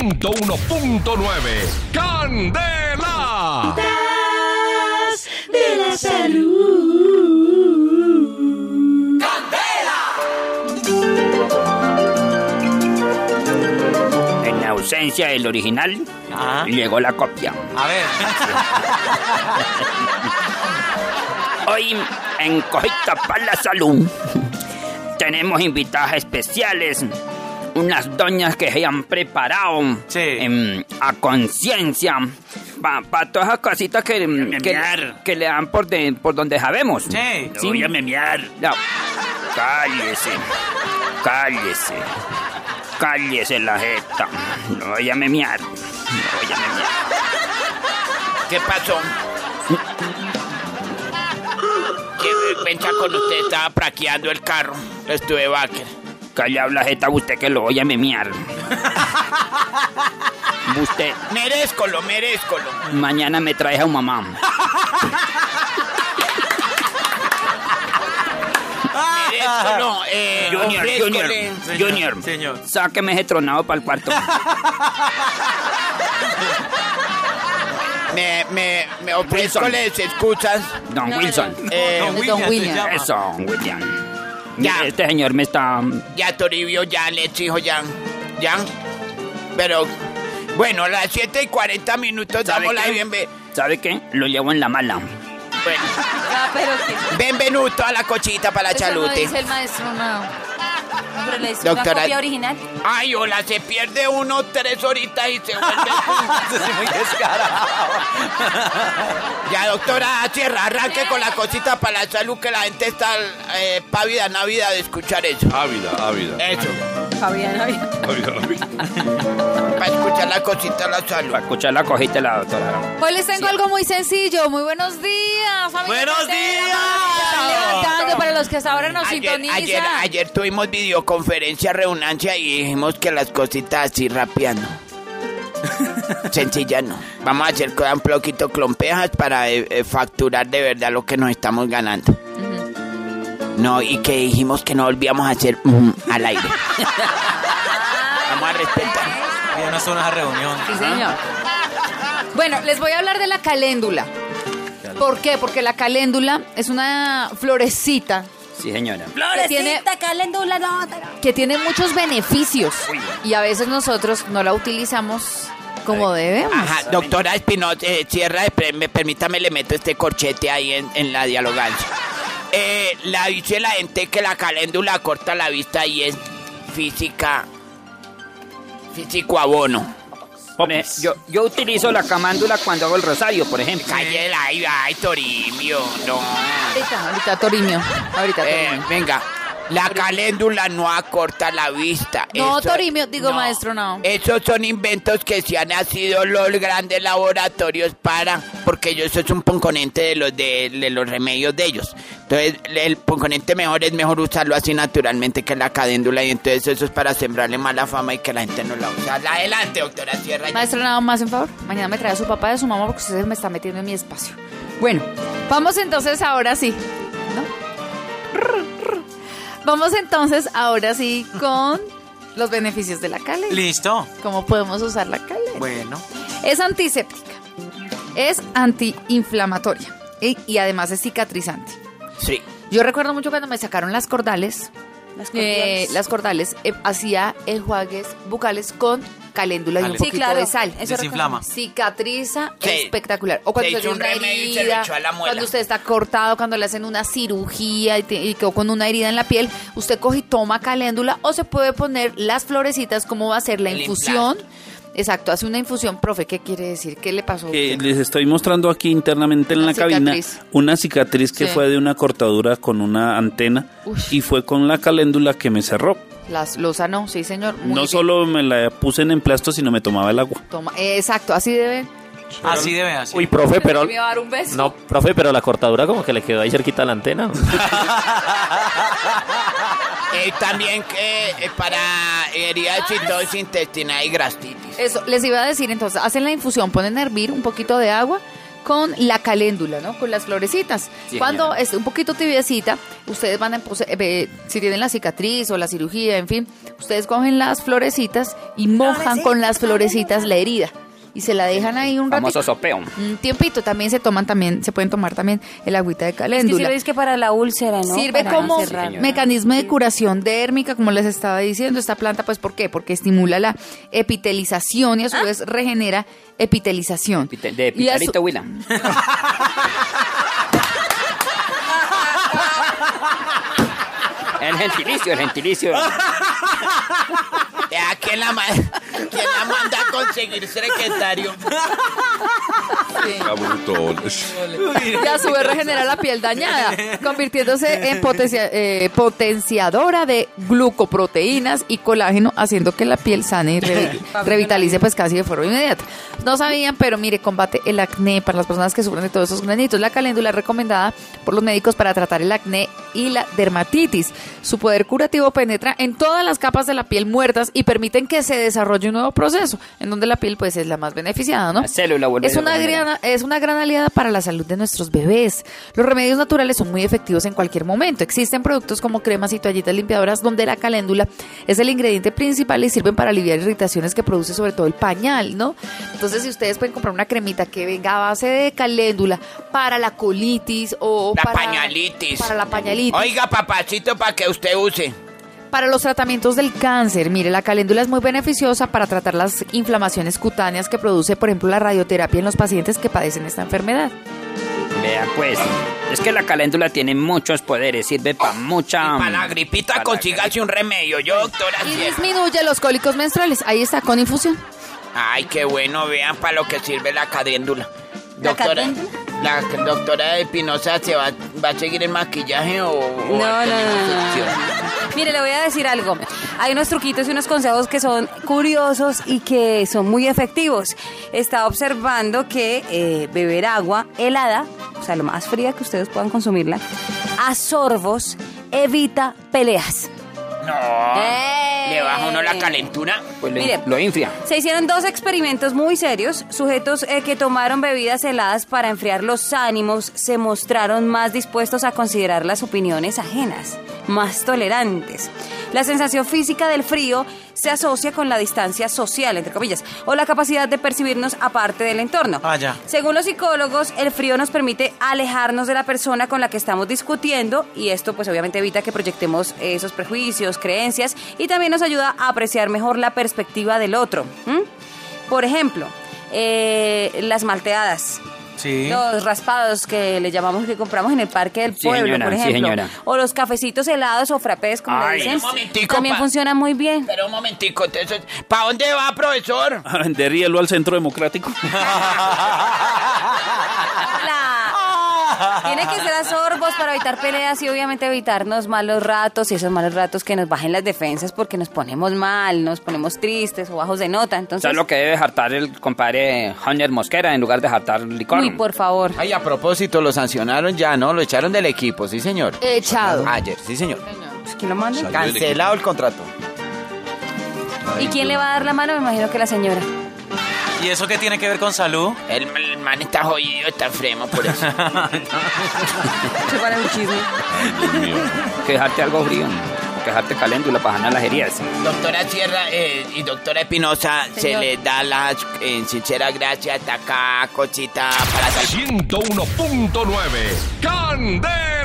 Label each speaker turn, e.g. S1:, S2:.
S1: 101.9. ¡Candela!
S2: de la salud.
S3: En ausencia del original, llegó la copia.
S4: Ah. A ver.
S3: Hoy en Cojita para la Salud tenemos invitadas especiales. Unas doñas que se han preparado
S4: Sí.
S3: em, a conciencia para todas esas cositas que, em, que,
S5: memear.
S3: que le dan por, de- por donde sabemos.
S4: Sí.
S5: Lo voy a memear.
S3: No. Cállese. Cállese. Cállese la jeta. No voy a memear. No voy a memear.
S5: ¿Qué pasó? ¿Qué vergüenza con usted? Estaba praqueando el carro. Estuve vaquer.
S3: Calla la jeta usted que lo voy a memear. Usted
S5: Merezcolo, merezcolo.
S3: mañana me trae a un mamá.
S5: Merezcolo. Eh,
S3: Junior,
S5: ofrézcole.
S3: Junior, Junior.
S4: señor.
S3: Sáqueme ese tronado para el cuarto.
S5: Me, me, me ofrézcoles excusas.
S3: Don Wilson.
S5: Eh,
S4: Don William se
S2: William.
S4: llama.
S3: Eso, William.
S5: Ya.
S3: Mire, Este señor me está...
S5: Ya Toribio, ya le exijo, ya. Ya. Pero, bueno, a las 7 y 40 minutos
S3: ¿Sabe
S5: damos la
S3: qué?
S5: bienvenida.
S3: ¿Sabe qué? Lo llevo en la mala.
S5: Bueno,
S2: Ah, pero que.
S5: bienvenuto a la cochita para la
S2: eso no
S5: chalute.
S2: dice el maestro, no. Pero le hizo
S5: Doctora-
S2: una copia original.
S5: Ay, hola, se pierde uno tres horitas y se vuelve.
S4: Es muy descarado.
S5: ya, doctora, cierra, arranque con la cosita para la salud que la gente está eh, pávida, návida de escuchar eso.
S1: Ávila, ávila.
S5: Eso,
S2: Fabián,
S1: Ávila, ávila.
S5: para escuchar la cosita a la salud.
S3: Para escuchar la cogiste la doctora.
S2: Hoy Pues les tengo algo muy sencillo. Muy buenos días, familia.
S4: ¡Buenos
S2: Candela,
S4: días!
S2: familia que están levantando para los que hasta ahora nos
S5: Ayer,
S2: sintonizan.
S5: ayer, ayer tuvimos videoconferencia, reunioncia y dijimos que las cositas así rapeando. Sencilla no. Vamos a hacer cosas un poquito clompejas para eh, eh, facturar de verdad lo que nos estamos ganando. No, y que dijimos que no volvíamos a hacer mm, al aire. Vamos a respetar.
S4: Ya no son una reunión.
S2: Sí, señor. Bueno, les voy a hablar de la caléndula. ¿Por qué? Porque la caléndula es una florecita
S3: Sí, señora.
S2: que tiene, que tiene muchos beneficios y a veces nosotros no la utilizamos como debemos.
S5: Ajá, doctora Espinosa, eh, Sierra, eh, pre- me- permítame, le meto este corchete ahí en, en la dialogancia. Eh, la dice la gente que la caléndula corta la vista y es física, físico abono.
S3: Pone- Yo, yo utilizo la camándula cuando hago el rosario, por ejemplo.
S5: Calle la ay, ay, Toribio, no.
S2: Ahorita, ahorita, Toriño. Ahorita,
S5: Eh,
S2: Toriño.
S5: venga, la caléndula no acorta la vista.
S2: No, Toribio, digo, maestro, no.
S5: Esos son inventos que se han nacido los grandes laboratorios para, porque yo eso es un componente de los de, de los remedios de ellos. Entonces, el componente mejor es mejor usarlo así naturalmente que la caléndula y entonces eso es para sembrarle mala fama y que la gente no la usa. Adelante, doctora Sierra.
S2: Maestro, nada más en favor. Mañana me trae a su papá y a su mamá porque usted me está metiendo en mi espacio. Bueno, vamos entonces ahora sí. ¿no? Vamos entonces ahora sí con los beneficios de la cale.
S4: Listo.
S2: ¿Cómo podemos usar la cale?
S4: Bueno.
S2: Es antiséptica. Es antiinflamatoria. Y, y además es cicatrizante.
S5: Sí.
S2: Yo recuerdo mucho cuando me sacaron las cordales.
S6: Las
S2: eh,
S6: cordales.
S2: las cordales. eh, hacía enjuagues bucales con caléndula y un
S4: Caléndula.
S2: poquito
S6: Sí, claro.
S2: de sal.
S6: Eso
S4: Desinflama.
S2: Cicatriza
S5: Sí.
S2: espectacular. O cuando
S5: Se
S2: usted
S5: hizo
S2: tiene
S5: un
S2: una
S5: remedio y se lo
S2: herida,
S5: echó a la muela.
S2: cuando usted está cortado, cuando le hacen una cirugía y, te- y quedó con una herida en la piel, usted coge y toma caléndula o se puede poner las florecitas, como va a ser la
S5: El
S2: infusión. Exacto, hace una infusión, profe, ¿qué quiere decir? ¿Qué le pasó? a
S7: Eh,
S2: usted?
S7: les estoy mostrando aquí internamente en
S2: Una
S7: la cabina
S2: cicatriz.
S7: una cicatriz que
S2: Sí.
S7: fue de una cortadura con una antena
S2: Ush.
S7: y fue con la caléndula que me cerró.
S2: Las, lo sanó, sí, señor. muy
S7: no
S2: bien.
S7: solo me la puse en emplasto, sino me tomaba el agua.
S2: Toma, eh, exacto, así debe.
S4: Así debe, así.
S8: Uy, profe, pero...
S2: Me va a dar un beso.
S8: No, profe, pero la cortadura como que le quedó ahí cerquita a la antena.
S5: Eh, también que eh, para heridas y todo intestinal y gastritis.
S2: Eso, les iba a decir entonces, hacen la infusión, ponen a hervir un poquito de agua, con la caléndula, ¿no? Con las florecitas.
S3: Sí,
S2: Cuando
S3: señora.
S2: esté un poquito tibiecita, ustedes van a, pose- eh, ve- si tienen la cicatriz o la cirugía, en fin, ustedes cogen las florecitas y mojan con las florecitas la herida y se la dejan ahí un ratito.
S3: Famoso sopeo.
S2: Un tiempito, también se toman también, se pueden tomar también el agüita de
S6: Es que
S2: caléndula.
S6: sirve es que para la úlcera, ¿no?
S2: Sirve
S6: Para
S2: como
S6: cerrar.
S3: señora.
S2: mecanismo de curación dérmica, como les estaba diciendo. Esta planta, pues, ¿por qué? Porque estimula la epitelización y
S6: Ah.
S2: a su vez regenera epitelización.
S3: Pite- De
S2: Y a su-
S3: Pitarito Huila. El gentilicio, el gentilicio.
S5: Vea, Eh, ¿quién la, ma- quién la manda a conseguir secretario?
S1: Cabrutones.
S2: y a su vez regenera la piel dañada, convirtiéndose en potencia- eh, potenciadora de glucoproteínas y colágeno, haciendo que la piel sane y revi- revitalice pues casi de forma inmediata. No sabían, pero mire, combate el acné para las personas que sufren de todos esos granitos. La caléndula es recomendada por los médicos para tratar el acné y la dermatitis. Su poder curativo penetra en todas las capas de la piel muertas y permiten que se desarrolle un nuevo proceso, en donde la piel pues es la más beneficiada, ¿no?
S3: La célula vuelve
S2: es
S3: a la
S2: una
S3: primera.
S2: gran una- es una gran aliada para la salud de nuestros bebés. Los remedios naturales son muy efectivos en cualquier momento. Existen productos como cremas y toallitas limpiadoras donde la caléndula es el ingrediente principal y sirven para aliviar irritaciones que produce sobre todo el pañal, ¿no? Entonces, si ustedes pueden comprar una cremita que venga a base de caléndula para la colitis o
S5: La
S2: para
S5: pañalitis.
S2: para la pañalitis,
S5: Oiga, papacito, para que usted use.
S2: para los tratamientos del cáncer, mire, la caléndula es muy beneficiosa para tratar las inflamaciones cutáneas que produce, por ejemplo, la radioterapia en los pacientes que padecen esta enfermedad.
S3: Vea pues. Es que la caléndula tiene muchos poderes, sirve para mucha.
S5: Y para la gripita,
S3: para la
S5: consígase un remedio, yo,
S6: Pues,
S5: doctora.
S2: Y
S5: sí.
S2: disminuye los cólicos menstruales. Ahí está, con infusión.
S5: Ay, qué bueno, vean para lo que sirve la cadéndula.
S6: ¿La
S5: Doctora,
S6: cadéndula?
S5: ¿La doctora Espinosa se va, va a seguir el maquillaje o.? o
S6: No,
S5: va a
S6: no, no,
S5: tener
S6: no, no.
S5: instrucción?
S6: Mire, le voy a decir algo. Hay unos truquitos y unos consejos que son curiosos y que son muy efectivos. Está observando que eh, beber agua helada, o sea, lo más fría que ustedes puedan consumirla, a sorbos evita peleas.
S5: No.
S6: ¡Eh!
S5: Le baja uno la calentura.
S3: Pues lo,
S6: Mire.
S3: lo infria.
S6: Se hicieron dos experimentos muy serios. Sujetos eh, que tomaron bebidas heladas para enfriar los ánimos se mostraron más dispuestos a considerar las opiniones ajenas, más tolerantes. La sensación física del frío se asocia con la distancia social, entre comillas, o la capacidad de percibirnos aparte del entorno.
S4: Ah, ya.
S6: Según los psicólogos, el frío nos permite alejarnos de la persona con la que estamos discutiendo y esto pues obviamente evita que proyectemos esos prejuicios, creencias y también nos ayuda a apreciar mejor la perspectiva del otro. ¿m? Por ejemplo, eh, las malteadas.
S4: Sí.
S6: Los raspados que le llamamos que compramos en el parque del
S3: Sí,
S6: pueblo,
S3: señora,
S6: por
S3: sí,
S6: ejemplo.
S3: señora.
S6: o los cafecitos helados o frappés, como le
S3: Ay,
S6: dicen.
S5: un momentico,
S6: También
S5: pa-
S6: funcionan muy bien.
S5: Pero un momentico, entonces, ¿para dónde va, profesor?
S7: A vender hielo al Centro Democrático.
S6: La- Tiene que ser a sorbos para evitar peleas y obviamente evitarnos malos ratos y esos malos ratos que nos bajen las defensas porque nos ponemos mal, nos ponemos tristes o bajos de nota. Entonces,
S3: ¿Sabes lo que debe jartar el compadre Hunter Mosquera en lugar de jartar licor?
S6: uy, por favor.
S5: Ay, a propósito, lo sancionaron ya, ¿no? Lo echaron del equipo, sí, señor.
S6: Eh,
S2: Echado.
S5: Ayer, sí, señor.
S6: pues, ¿Quién lo manda?
S5: Cancelado el contrato.
S6: ¿Y quién le va a dar la mano? Me imagino que la señora.
S4: ¿Y eso qué tiene que ver con salud?
S5: El, el man está jodido, está fremo por eso.
S6: un chisme.
S1: Dios mío.
S3: Que dejarte algo frío. Que dejarte caléndula para ganar las heridas.
S5: doctora Sierra eh, y doctora Espinosa, se
S6: Señor.
S5: les da las eh, sinceras gracias. Hasta acá, cosita para salir.
S9: 101.9 Candela.